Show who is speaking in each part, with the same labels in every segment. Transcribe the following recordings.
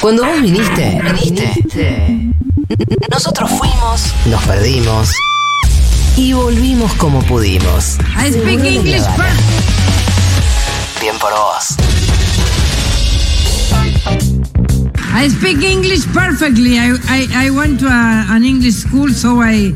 Speaker 1: Cuando vos viniste, viniste. Nosotros fuimos, nos perdimos y volvimos como pudimos.
Speaker 2: I speak English first.
Speaker 1: Bien por vos.
Speaker 2: I speak English perfectly. I, I, I went to a- an English school, so I.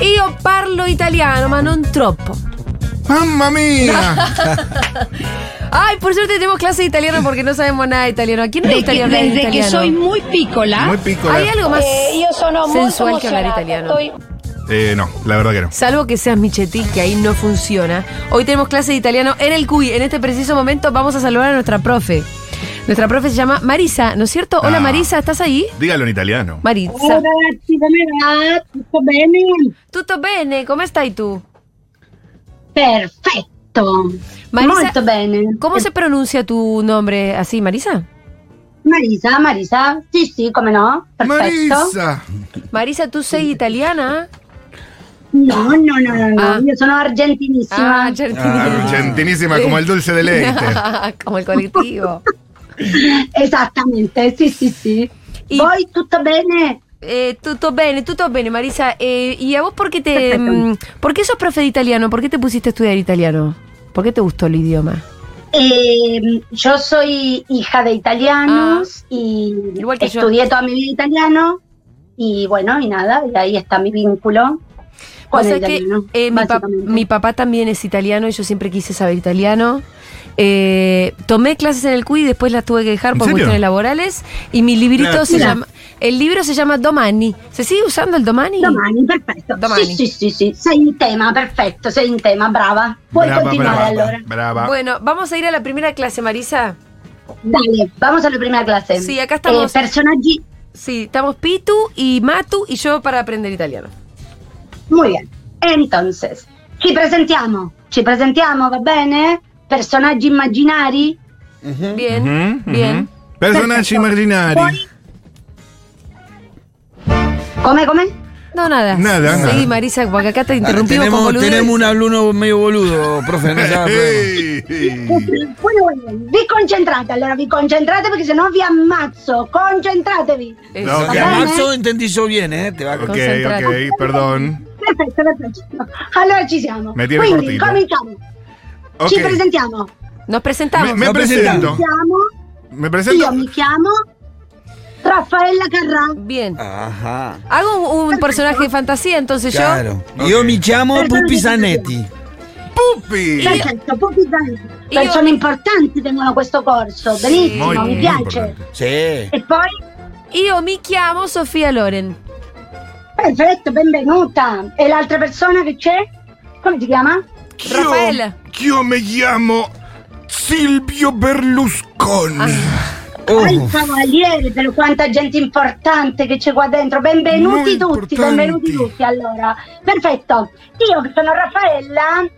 Speaker 3: Io parlo italiano, ma non troppo.
Speaker 4: Mamma mía.
Speaker 3: Ay, por suerte tenemos clase de italiano porque no sabemos nada de italiano. ¿A quién no le
Speaker 5: De
Speaker 3: gustaría
Speaker 5: que-
Speaker 3: hablar en
Speaker 5: desde que
Speaker 3: italiano?
Speaker 5: soy muy pícola.
Speaker 4: Muy pícola.
Speaker 3: Hay algo más
Speaker 5: eh, yo sono muy
Speaker 3: sensual que hablar
Speaker 5: emocionada,
Speaker 3: italiano.
Speaker 5: estoy-
Speaker 4: Eh, no, la verdad que no.
Speaker 3: Salvo que seas Michetti, que ahí no funciona. Hoy tenemos clase de italiano en el CUI. En este preciso momento vamos a saludar a nuestra profe. Nuestra profe se llama Marisa, ¿no es cierto? Hola
Speaker 4: Ah.
Speaker 3: Marisa, ¿estás ahí?
Speaker 4: Dígalo en italiano.
Speaker 3: Marisa.
Speaker 6: Ciao ragazzi, come va? Tutto bene?
Speaker 3: Tutto bene, ¿cómo estás tú?
Speaker 6: Perfetto!
Speaker 3: Marisa-
Speaker 6: Molto bene.
Speaker 3: ¿Cómo se pronuncia tu nombre así, Marisa?
Speaker 6: Marisa, Marisa, sì sì, come no? Perfetto.
Speaker 4: Marisa.
Speaker 3: Marisa, ¿tú sei italiana?
Speaker 6: No, no, no, no, no.
Speaker 3: Ah.
Speaker 6: io sono argentinissima.
Speaker 3: Ah, argentina.
Speaker 4: Ah, argentinísima como el dulce de leite.
Speaker 3: Como el colectivo.
Speaker 6: Esattamente, sì sì sì.
Speaker 3: I-
Speaker 6: Voi tutto bene?
Speaker 3: Eh, tutto bene, tutto bene, Marisa. Eh, ¿Y a vos por qué te.
Speaker 6: Perfecto.
Speaker 3: mm, ¿Por qué sos profe de italiano? ¿Por qué te pusiste a estudiar italiano? ¿Por qué te gustó el idioma?
Speaker 6: Ehm, yo soy hija de italianos y
Speaker 3: Ah. Igual que yo.
Speaker 6: estudié toda mi vida italiano y bueno, y nada, y ahí está mi vínculo con
Speaker 3: Vos
Speaker 6: el
Speaker 3: sabés que,
Speaker 6: italiano.
Speaker 3: eh, mi, pa-
Speaker 6: básicamente.
Speaker 3: mi papá también es italiano y yo siempre quise saber italiano. Eh, tomé clases en el CUI y después las tuve que dejar
Speaker 4: ¿En
Speaker 3: por
Speaker 4: serio?
Speaker 3: cuestiones laborales. Y mi librito
Speaker 4: Claro.
Speaker 3: se
Speaker 6: Mira.
Speaker 3: llama. El libro se llama Domani. ¿Se sigue usando el Domani?
Speaker 6: Domani, perfetto.
Speaker 3: Domani.
Speaker 6: Sì, sì, sì, sì, sei in tema, perfetto, sei in tema, brava. Puoi
Speaker 4: brava,
Speaker 6: continuare
Speaker 4: brava,
Speaker 6: allora.
Speaker 4: brava.
Speaker 3: Bueno, vamos a ir a la primera clase, Marisa.
Speaker 6: Dale, vamos alla prima classe.
Speaker 3: Sì, acá estamos.
Speaker 6: Eh, personaggi,
Speaker 3: Sí, estamos Pitu y Matu y yo para aprender italiano.
Speaker 6: muy bien. Entonces, ci presentiamo, ci presentiamo, va bene? Personaggi immaginari?
Speaker 3: Bien,
Speaker 4: Ujú, ujú.
Speaker 3: bien.
Speaker 4: Personaggi immaginari.
Speaker 6: Come, come?
Speaker 3: No, nada.
Speaker 4: Nada,
Speaker 3: Seguí,
Speaker 4: nada.
Speaker 3: Marisa, porque acá te
Speaker 7: Ah,
Speaker 3: interrumpimos con
Speaker 7: tenemos,
Speaker 3: boludeces.
Speaker 7: tenemos un alumno medio boludo, profe. No sabe, profe.
Speaker 4: Ehi.
Speaker 6: Pure voi, Vi concentrate, allora vi concentrate perché sennò vi ammazzo. Concentratevi.
Speaker 3: Eso.
Speaker 4: No,
Speaker 7: Que
Speaker 4: Ok.
Speaker 7: a Maxo entendí yo bien, ¿eh? Te va a
Speaker 4: Ok,
Speaker 3: Concentrate.
Speaker 4: ok, perdón.
Speaker 6: Perfetto, perfetto. Allora ci siamo.
Speaker 4: Mi tiene
Speaker 6: Quindi,
Speaker 4: cortito.
Speaker 6: cominciamo.
Speaker 4: Ok.
Speaker 6: Ci presentiamo.
Speaker 3: Nos
Speaker 4: Me,
Speaker 3: presentamos.
Speaker 4: me
Speaker 7: Lo
Speaker 4: presento.
Speaker 7: presentamos.
Speaker 6: Siamo
Speaker 4: Me
Speaker 6: Io
Speaker 4: presento.
Speaker 6: mi chiamo Raffaella Carrà.
Speaker 3: Bien.
Speaker 7: Ajá.
Speaker 3: Hago un, un personaje de fantasía, entonces
Speaker 7: Claro.
Speaker 4: Ok.
Speaker 7: Yo me llamo Pupi Zanetti.
Speaker 4: Puppi.
Speaker 6: Perfetto, Pupi Zanetti.
Speaker 3: Io-
Speaker 6: Persone importanti tengono questo corso, benissimo,
Speaker 4: Molto, molto
Speaker 6: mi piace.
Speaker 4: importante.
Speaker 7: Sí.
Speaker 6: E poi,
Speaker 3: yo. Io mi chiamo Sofía Loren.
Speaker 6: perfetto, benvenuta. E l'altra persona che c'è? Come si chiama?
Speaker 4: Io-
Speaker 3: Raffaella.
Speaker 4: Io me llamo Silvio Berlusconi. Oh.
Speaker 6: Ah, il cavaliere, per quanta gente importante che c'è qua dentro. Benvenuti
Speaker 4: Molto
Speaker 6: tutti,
Speaker 4: importanti.
Speaker 6: benvenuti tutti. Allora, perfetto. Io che sono Raffaella,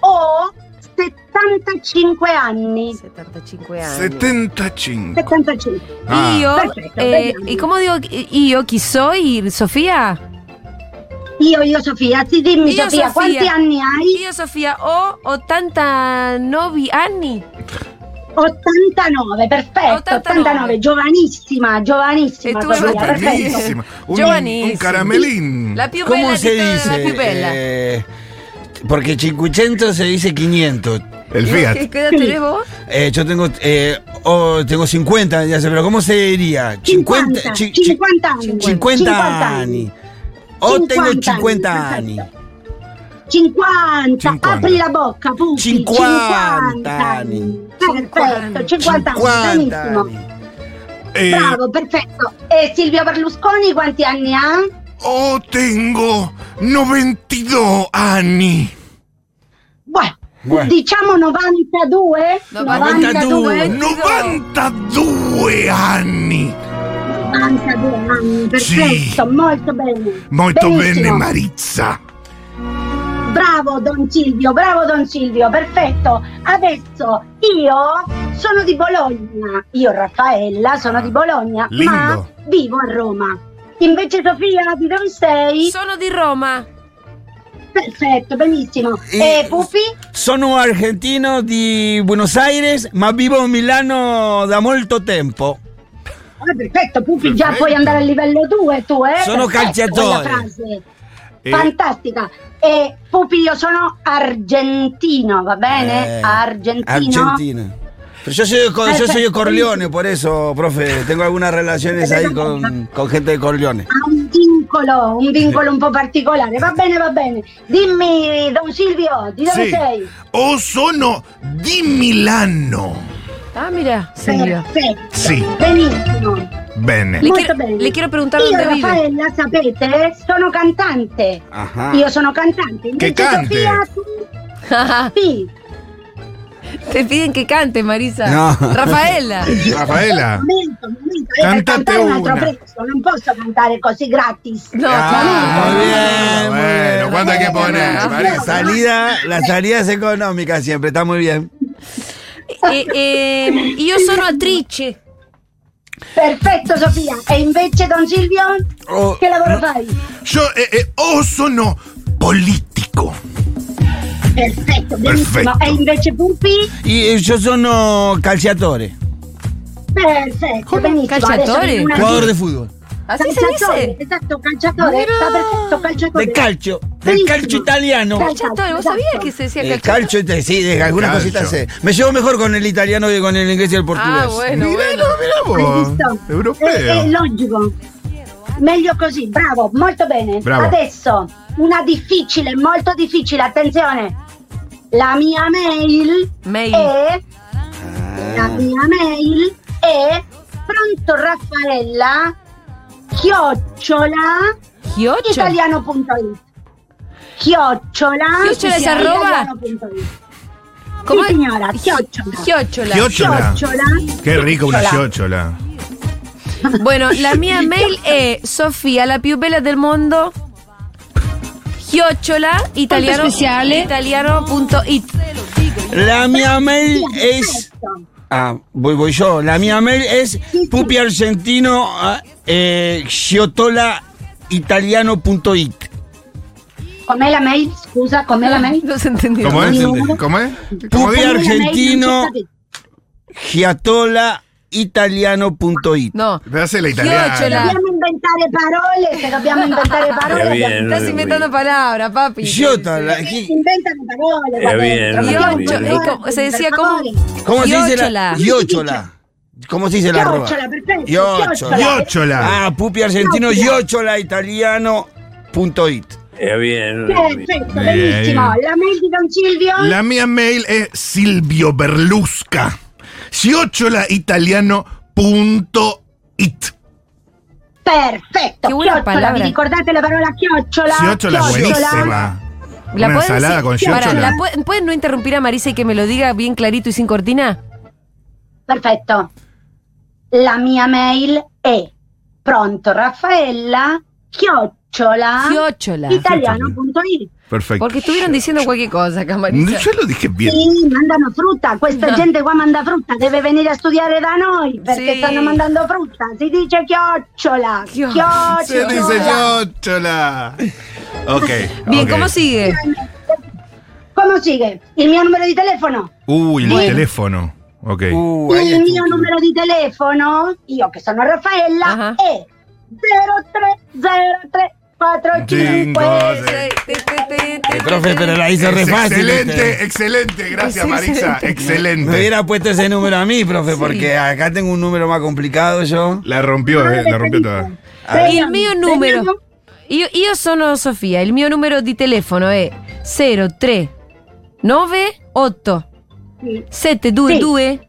Speaker 6: ho 75 anni.
Speaker 3: 75 años.
Speaker 4: 75.
Speaker 6: 75.
Speaker 4: Ah.
Speaker 3: Io,
Speaker 6: Perfecto,
Speaker 3: eh,
Speaker 6: bene.
Speaker 3: ¿y cómo digo eh, io chi soy, Sofía?
Speaker 6: Io, io Sofia, sì, dimmi
Speaker 3: Io,
Speaker 6: Sofia,
Speaker 3: Sofia.
Speaker 6: quanti anni hai?
Speaker 3: Io Sofía ho 89 anni.
Speaker 6: 89, perfetto,
Speaker 3: 89.
Speaker 6: 89, giovanissima,
Speaker 3: E
Speaker 6: giovanissima
Speaker 3: tu
Speaker 6: Sofia,
Speaker 3: hai
Speaker 4: Giovanissima.
Speaker 3: ragione.
Speaker 6: perfetto.
Speaker 4: Bellissima. Un-
Speaker 3: Giovanissima.
Speaker 4: un caramelín.
Speaker 3: La più bella
Speaker 7: ¿Cómo se
Speaker 3: di todas,
Speaker 7: dice?
Speaker 3: la più bella.
Speaker 7: Eh, porque 500 se dice 500.
Speaker 4: El
Speaker 3: ¿Y vos
Speaker 4: Fiat.
Speaker 3: ¿Qué qué edad tenés vos?
Speaker 7: Eh, yo tengo eh, oh, tengo 50, ya sé, pero ¿cómo se diría?
Speaker 6: 50,
Speaker 7: chi-
Speaker 6: 50,
Speaker 7: chi-
Speaker 6: anni.
Speaker 7: 50 anni. O tengo
Speaker 6: 50
Speaker 7: 50
Speaker 6: anni,
Speaker 7: anni.
Speaker 6: perfetto. 50,
Speaker 4: 50.
Speaker 6: apri la bocca, punti.
Speaker 7: 50 anni.
Speaker 6: Perfetto, 50,
Speaker 7: 50
Speaker 6: anni, benissimo.
Speaker 7: anni.
Speaker 4: Eh,
Speaker 6: Bravo, perfetto. E Silvio Berlusconi quanti anni ha?
Speaker 4: oh, tengo 92 anni.
Speaker 6: Buah,
Speaker 7: Buah.
Speaker 6: Diciamo 92?
Speaker 3: 92.
Speaker 4: 92 anni.
Speaker 6: 92 anni,
Speaker 4: Sì.
Speaker 6: perfetto, mm, molto bene.
Speaker 4: Molto bene,
Speaker 6: Benissimo.
Speaker 4: Marizza.
Speaker 6: Bravo Don Silvio, bravo Don Silvio, perfetto. Adesso io sono di Bologna, io Raffaella sono di Bologna,
Speaker 4: Lindo.
Speaker 6: ma vivo a Roma. Invece Sofia, di dove sei?
Speaker 3: Sono di Roma.
Speaker 6: Perfetto, benissimo.
Speaker 7: Y-
Speaker 6: E Pupi?
Speaker 7: Sono argentino di Buenos Aires, ma vivo a Milano da molto tempo.
Speaker 6: Ah, perfetto, Pupi, già puoi andare al livello 2 tu, eh?
Speaker 7: Sono
Speaker 6: Perfetto, quella
Speaker 7: calciatore.
Speaker 6: frase.
Speaker 4: Eh.
Speaker 6: Fantastica. E Pupi, io sono argentino, va bene?
Speaker 7: Eh,
Speaker 6: argentino.
Speaker 7: Argentina. Pero yo soy, de Co- yo soy de Corleone, por eso, profe, tengo algunas relaciones ahí con, con gente de Corleone.
Speaker 6: Ha un vincolo, un vincolo un po' particolare. Va bene, va bene. Dimmi, Don Silvio, di dove
Speaker 4: Sì.
Speaker 6: sei?
Speaker 4: O sono di Milano.
Speaker 3: Ah, mira, Silvio.
Speaker 6: Perfetto.
Speaker 4: Sì,
Speaker 6: Benissimo.
Speaker 4: bene.
Speaker 3: Le
Speaker 6: Molto
Speaker 3: quiero,
Speaker 6: bene.
Speaker 3: le quiero preguntar
Speaker 6: Io,
Speaker 3: dónde vive.
Speaker 6: Raffaella, sapete, sono cantante.
Speaker 7: Ajá.
Speaker 6: Io sono cantante. Invece
Speaker 4: cante?
Speaker 6: Sofia, tu- sì.
Speaker 3: Te piden que cante, Marisa.
Speaker 7: No.
Speaker 3: Rafaela.
Speaker 4: Raffaella.
Speaker 6: Momento, momento, era per
Speaker 4: Cantate
Speaker 6: cantare un altro
Speaker 4: una.
Speaker 6: pezzo, non posso cantare così gratis.
Speaker 3: No,
Speaker 7: Ah,
Speaker 3: claro.
Speaker 7: muy bien, muy bien.
Speaker 4: Bueno, ¿cuánto hay que poner?
Speaker 7: La
Speaker 4: Marisa?
Speaker 7: salida, la salida es económica siempre, está muy bien.
Speaker 3: Eh, eh, io sono attrice.
Speaker 6: Perfetto Sofia, e invece Don Silvio
Speaker 7: Oh,
Speaker 6: che lavoro fai?
Speaker 4: Yo, eh, eh, o sono político.
Speaker 6: Perfetto, benissimo.
Speaker 4: Perfetto.
Speaker 6: E invece Pupi?
Speaker 7: Y eh, yo sono calciatore,
Speaker 6: Perfetto, benissimo.
Speaker 3: Calciatore?
Speaker 6: Adesso una-
Speaker 7: jugador de fútbol.
Speaker 3: Así se
Speaker 6: Calciatore,
Speaker 3: dice.
Speaker 6: esatto, calciatore,
Speaker 7: Mira.
Speaker 6: sta perfetto, calciatore.
Speaker 7: De calcio, del
Speaker 6: Benissimo.
Speaker 7: calcio italiano.
Speaker 3: Calciatore, ¿vos
Speaker 6: Esatto.
Speaker 3: sabías que se decía
Speaker 7: El
Speaker 3: calciatore?
Speaker 7: calcio, ite- sí, de algunas
Speaker 4: Calcio.
Speaker 7: cositas sé. Me llevo mejor con el italiano que con el inglés y el portugués.
Speaker 3: Ah, bueno, bueno.
Speaker 4: Mira
Speaker 6: Hai
Speaker 4: vos,
Speaker 6: visto?
Speaker 4: Eh,
Speaker 6: È, è
Speaker 4: europeo.
Speaker 6: Eh, logico. Meglio così, bravo, molto bene.
Speaker 4: Bravo.
Speaker 6: Adesso una difficile, molto difficile, attenzione. La mia mail
Speaker 3: Mail.
Speaker 6: è
Speaker 4: Ah.
Speaker 6: la mia mail è pronto Raffaella chiocciola
Speaker 3: Giocho.
Speaker 6: italiano.it chiocciola
Speaker 3: Chiocciola es arroba?
Speaker 6: italiano.it.
Speaker 3: ¿Cómo
Speaker 6: Sì,
Speaker 3: es?
Speaker 6: signora, chiocciola.
Speaker 3: Giochola.
Speaker 4: Chiocciola.
Speaker 6: Chiocciola.
Speaker 4: Qué rico una chiocciola.
Speaker 3: Bueno, la mia mail è Sofia, la più bella del mondo. Giochola, italiano.
Speaker 5: speciale?
Speaker 3: Italiano.it.
Speaker 7: La mia mail es.
Speaker 6: Perfetto.
Speaker 7: Ah, voy, voy yo. La mia mail es pupi argentino eh, giotolaitaliano.it.
Speaker 6: Com'è la mail? Scusa, com'è la mail?
Speaker 3: No se entendió.
Speaker 4: ¿Cómo es?
Speaker 6: No.
Speaker 4: ¿Cómo es? ¿Cómo
Speaker 7: Pupi
Speaker 6: Com'è
Speaker 4: dice?
Speaker 6: la mail?
Speaker 7: argentino.
Speaker 6: Non ci ho capito.
Speaker 7: giotolaitaliano.it.
Speaker 3: No.
Speaker 4: Pero hace la italiana.
Speaker 3: Chiocciola.
Speaker 6: dobbiamo inventare parole, se dobbiamo inventare parole, dobbiamo-
Speaker 3: Estás inventando palabras, papi.
Speaker 7: Giotola.
Speaker 6: Si inventano parole, va bene. Troviamo
Speaker 3: Giocho-
Speaker 6: parole,
Speaker 3: eh, co- se decía
Speaker 6: per
Speaker 3: como.
Speaker 6: favore.
Speaker 7: ¿Cómo se dice la?
Speaker 3: Giochola.
Speaker 7: Giochola. ¿Cómo se dice la arroba?
Speaker 6: Chiocciola, perfetto.
Speaker 7: Chiocciola.
Speaker 4: Chiocciola.
Speaker 7: Ah, pupi argentino giotolaitaliano.it.
Speaker 6: Perfetto,
Speaker 4: Bene.
Speaker 6: benissimo. La mail di Don Silvio?
Speaker 4: La mía mail es Silvio Berlusca. Chiocciola italiano punto it.
Speaker 6: Perfetto.
Speaker 3: Che buona
Speaker 6: Chiocciola,
Speaker 3: palabra.
Speaker 6: vi ricordate la parola chiocciola?
Speaker 4: Chiocciola es buenísima.
Speaker 3: ¿La
Speaker 4: Una
Speaker 3: pueden
Speaker 4: ensalada
Speaker 3: decir-
Speaker 4: con
Speaker 3: Pará,
Speaker 4: chiocciola.
Speaker 3: ¿la pu- ¿Pueden no interrumpir a Marisa y que me lo diga bien clarito y sin cortina?
Speaker 6: Perfetto. La mia mail è pronto Raffaella chiocciola
Speaker 3: Chiocciola.
Speaker 6: italiano.it.
Speaker 4: Perfecto.
Speaker 3: Porque estuvieron diciendo cualquier cosa acá, Marisa.
Speaker 4: Yo lo dije bien.
Speaker 6: Sì, mandano frutta, questa gente qua manda frutta, deve venire a studiare da noi perché
Speaker 3: Sì.
Speaker 6: stanno mandando frutta, si dice chiocciola,
Speaker 3: Chio-
Speaker 6: chiocciola.
Speaker 4: Se dice chiocciola. Ok.
Speaker 3: Bien,
Speaker 4: ok.
Speaker 3: ¿cómo sigue?
Speaker 6: Come sigue? Il mio numero di telefono?
Speaker 4: Uy, el
Speaker 6: Bien.
Speaker 4: teléfono. Ok.
Speaker 7: Uh, ahí
Speaker 6: Il
Speaker 7: estuvo.
Speaker 6: mio numero di telefono, io che sono Raffaella,
Speaker 3: Ah.
Speaker 6: è 0303456.
Speaker 4: Cinco, seis.
Speaker 7: Eh, profe, pero la hizo re
Speaker 4: Es
Speaker 7: fácil.
Speaker 4: excelente,
Speaker 7: este.
Speaker 4: excelente. Gracias,
Speaker 3: Excelente.
Speaker 4: Marisa.
Speaker 7: Me
Speaker 4: Excelente.
Speaker 7: hubiera puesto ese número a mí, profe, porque acá tengo un número más complicado yo.
Speaker 4: La rompió, eh, la rompió toda.
Speaker 3: Il mio numero. Io, io sono Sofia, il mio numero di telefono è 0398
Speaker 6: Sì.
Speaker 3: 722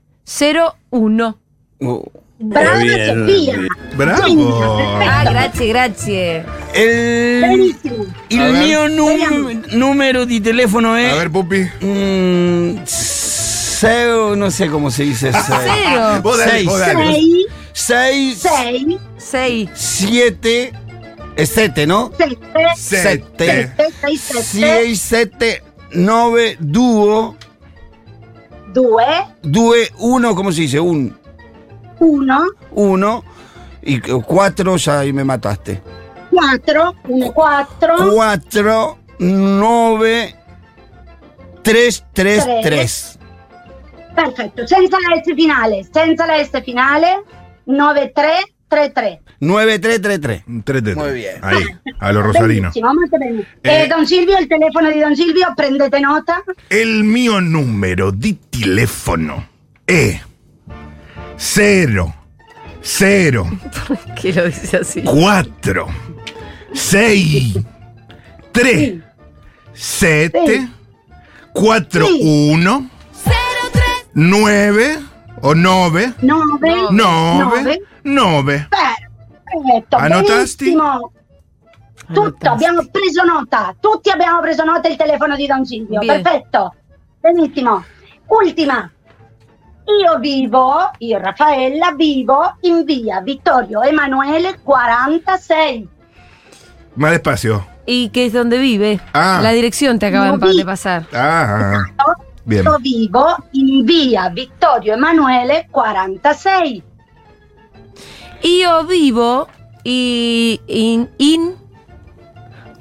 Speaker 3: 01.
Speaker 7: Uh.
Speaker 4: Oh.
Speaker 6: Brava Sofia.
Speaker 4: Bravo.
Speaker 3: Ah, grazie, grazie.
Speaker 7: El,
Speaker 6: Benissimo.
Speaker 7: el
Speaker 4: A ver.
Speaker 7: mío nu-
Speaker 6: Veamos.
Speaker 7: número de teléfono
Speaker 4: A
Speaker 7: es.
Speaker 4: ver, Pupi.
Speaker 7: mm, cero, no sé cómo se dice. cero.
Speaker 3: Cero,
Speaker 4: Vos dale,
Speaker 7: Seis.
Speaker 4: vos dale.
Speaker 6: 6
Speaker 7: Seis,
Speaker 6: 6
Speaker 3: 6,
Speaker 7: siete, es sete, ¿no?
Speaker 6: 7
Speaker 7: Sete.
Speaker 6: 6 7
Speaker 7: Seis, sete, nove, dúo,
Speaker 6: 2
Speaker 7: due, uno, ¿cómo se dice? Un,
Speaker 6: 1
Speaker 7: uno, y cuatro, ya ahí me mataste.
Speaker 6: 4 1 4
Speaker 7: Cuatro, 9-3-3-3.
Speaker 6: Perfetto, senza la S finale, senza la S finale, 9333.
Speaker 7: 9-3-3-3.
Speaker 4: Un 3 de 3.
Speaker 7: Muy bien.
Speaker 4: Ahí, a los rosarinos.
Speaker 6: Benissimo, molto bene.
Speaker 4: Eh.
Speaker 6: E Don Silvio, il telefono di Don Silvio, prendete nota.
Speaker 4: El mio número di teléfono es 0 0
Speaker 3: ¿Qué lo dice así?
Speaker 4: 4 6 3 7 4
Speaker 6: Sì.
Speaker 4: 1 9 o 9
Speaker 6: 9
Speaker 4: 9 9
Speaker 6: Perfetto,
Speaker 4: Annotasti?
Speaker 6: benissimo. Tutto, abbiamo preso nota, tutti abbiamo preso nota il telefono di Don Silvio,
Speaker 3: Bene.
Speaker 6: perfetto, benissimo. Ultima, io vivo, io Raffaella vivo in via Vittorio Emanuele 46.
Speaker 4: Más despacio.
Speaker 3: ¿Y qué es donde vive?
Speaker 4: Ah.
Speaker 3: La dirección te acaban
Speaker 6: No vi.
Speaker 3: de pasar.
Speaker 4: Ah, Bene.
Speaker 6: Io vivo in via Vittorio Emanuele 46.
Speaker 3: Y yo vivo y in, in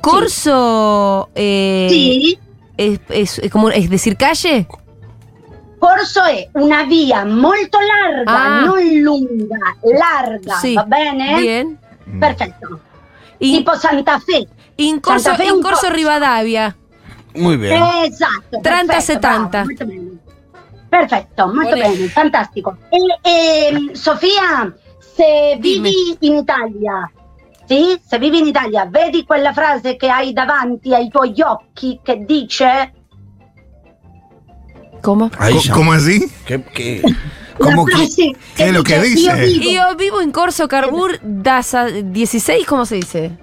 Speaker 3: corso eh,
Speaker 6: Sì,
Speaker 3: es, es- es como es decir calle.
Speaker 6: Corso è una via molto larga,
Speaker 3: Ah.
Speaker 6: non lunga, larga,
Speaker 3: Sí.
Speaker 6: va bene?
Speaker 3: Bien.
Speaker 6: Perfetto.
Speaker 3: In,
Speaker 6: tipo Santa Fe.
Speaker 3: in corso,
Speaker 6: Santa Fe,
Speaker 3: in
Speaker 6: un
Speaker 3: corso
Speaker 6: corso.
Speaker 3: Rivadavia.
Speaker 7: Muy bien.
Speaker 6: Esatto.
Speaker 3: 30,
Speaker 6: perfetto,
Speaker 3: 70.
Speaker 6: bravo, molto bene. Perfetto, molto
Speaker 3: Bene.
Speaker 6: bene, fantastico. E, ehm, Sofia, se
Speaker 3: Dimmi.
Speaker 6: vivi in Italia, sì? Se vivi in Italia, vedi quella frase che hai davanti ai tuoi occhi che dice
Speaker 3: ¿Cómo?
Speaker 7: Ahí
Speaker 4: Co-
Speaker 7: ya.
Speaker 4: ¿Cómo así?
Speaker 7: ¿Qué, qué?
Speaker 6: la
Speaker 7: ¿Cómo que?
Speaker 6: frase
Speaker 4: che è lo che
Speaker 6: dice,
Speaker 4: dice?
Speaker 6: Io
Speaker 3: Y
Speaker 6: vivo.
Speaker 3: yo vivo en corso Carbur Daza 16, ¿cómo se dice?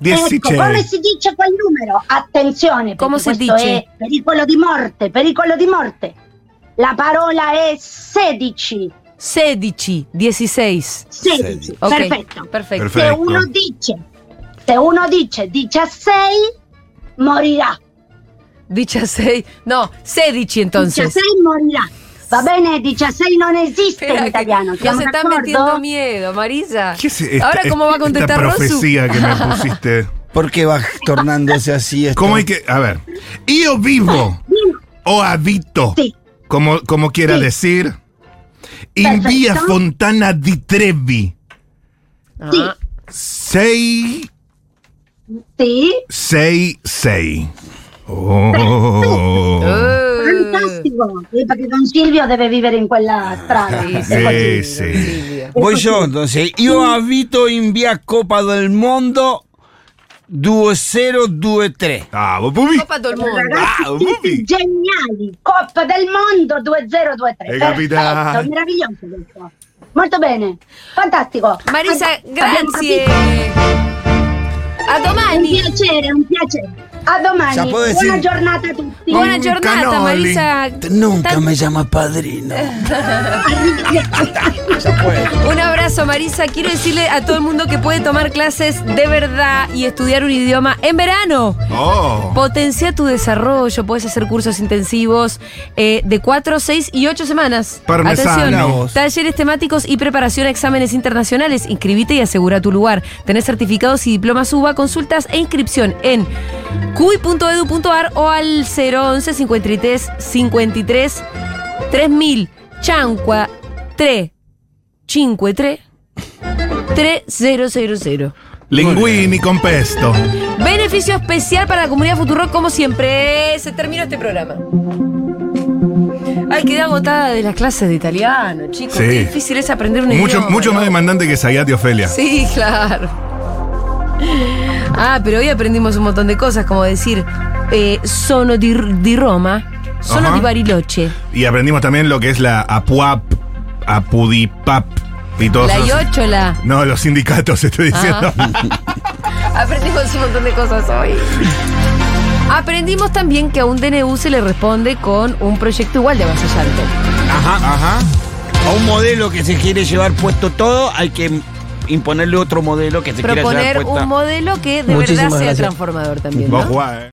Speaker 6: Ecco, come
Speaker 4: 16.
Speaker 6: si dice quel numero? Attenzione,
Speaker 3: Come
Speaker 6: perché
Speaker 3: si
Speaker 6: questo
Speaker 3: dice?
Speaker 6: è pericolo di morte, pericolo di morte. La parola è 16.
Speaker 3: Sedici, 16.
Speaker 6: 16,
Speaker 3: Ok,
Speaker 6: perfetto.
Speaker 3: Perfecto.
Speaker 4: Perfetto.
Speaker 6: Se uno dice, se uno dice 16, morirà.
Speaker 3: Dicha 6. No, sedici entonces.
Speaker 6: 16 morirà. Va bene, 16 non esiste
Speaker 3: Espera,
Speaker 6: in
Speaker 3: que
Speaker 6: italiano.
Speaker 3: nos
Speaker 6: Siamo
Speaker 3: está
Speaker 6: d'accordo?
Speaker 3: metiendo miedo, Marisa.
Speaker 4: ¿Qué es esta-
Speaker 3: Ahora, ¿cómo va a
Speaker 4: esta
Speaker 3: contestar Rosu?
Speaker 4: profecía que me pusiste?
Speaker 7: ¿Por qué vas tornándose así? esto?
Speaker 4: ¿Cómo hay que.? A ver. Yo vivo o habito,
Speaker 6: Sì,
Speaker 4: como, como quiera
Speaker 6: Sí.
Speaker 4: decir, en vía
Speaker 6: Perfecto.
Speaker 4: Fontana di Trevi.
Speaker 3: Ah,
Speaker 4: 666.
Speaker 3: Eh.
Speaker 6: sì.
Speaker 4: Oh.
Speaker 3: eh,
Speaker 6: Fantastico. Sì, Perché Don Silvio deve vivere in quella strada.
Speaker 3: sì,
Speaker 6: È
Speaker 3: sì,
Speaker 4: Eh,
Speaker 6: così.
Speaker 4: Ah, sì.
Speaker 3: Silvio.
Speaker 7: Voy yo entonces. Io abito in via Copa del Mondo 2023.
Speaker 4: Ah, vos, Bubi.
Speaker 3: Copa del Mundo.
Speaker 6: Ragazzi,
Speaker 4: Wow,
Speaker 6: siete
Speaker 4: Bubi.
Speaker 6: geniali! Coppa del mondo 2023.
Speaker 4: Hai capito?
Speaker 6: Perfetto, meraviglioso questo. Molto bene, fantastico.
Speaker 3: Marisa,
Speaker 6: Abbiamo
Speaker 3: grazie.
Speaker 6: capito.
Speaker 3: A
Speaker 6: È un
Speaker 3: domani.
Speaker 6: piacere, è un piacere. A domani.
Speaker 7: Sa, può
Speaker 6: Buona
Speaker 7: decir-
Speaker 6: giornata a tutti.
Speaker 3: Buona giornata,
Speaker 4: Canoli.
Speaker 3: Marisa.
Speaker 7: Nunca me llama padrino.
Speaker 3: Un abrazo, Marisa. Quiero decirle a todo el mundo que puede tomar clases de verdad y estudiar un idioma en verano.
Speaker 4: Oh.
Speaker 3: Potencia tu desarrollo, puedes hacer cursos intensivos eh, de 4, 6 y 8 semanas.
Speaker 4: Parmesano. Mirá
Speaker 3: Atención,
Speaker 4: vos.
Speaker 3: talleres temáticos y preparación a exámenes internacionales. Inscribite y asegura tu lugar. Tenés certificados y diplomas UBA, consultas e inscripción en cui.edu.ar o al 011 53 53 3000 Chancua 3 53 3000.
Speaker 4: Linguini con pesto.
Speaker 3: Beneficio especial para la comunidad Futuro, como siempre. Se terminó este programa. Ay, quedé agotada de las clases de italiano, chicos.
Speaker 4: Sí.
Speaker 3: Qué difícil es aprender un
Speaker 4: Mucho,
Speaker 3: idioma,
Speaker 4: mucho
Speaker 3: ¿no?
Speaker 4: más demandante que Sayat y Ofelia.
Speaker 3: Sí, claro. Ah, pero hoy aprendimos un montón de cosas, como decir eh, sono di, di Roma, sono
Speaker 4: Ajá.
Speaker 3: di Bariloche,
Speaker 4: Y aprendimos también lo que es la APUAP, APUDIPAP y todos
Speaker 3: la
Speaker 4: esos-
Speaker 3: Iochola.
Speaker 4: No, los sindicatos, estoy diciendo.
Speaker 3: Aprendimos un montón de cosas hoy. Aprendimos también que a un DNU se le responde con un proyecto igual de avasallante.
Speaker 4: Ajá.
Speaker 7: A un modelo que se quiere llevar puesto todo, hay que imponerle otro modelo que se quiera llevar
Speaker 3: proponer
Speaker 7: puesta.
Speaker 3: un modelo que de
Speaker 7: Muchísimas
Speaker 3: verdad sea
Speaker 7: gracias.
Speaker 3: transformador también.
Speaker 4: Vos
Speaker 3: ¿no?
Speaker 4: jugás, eh.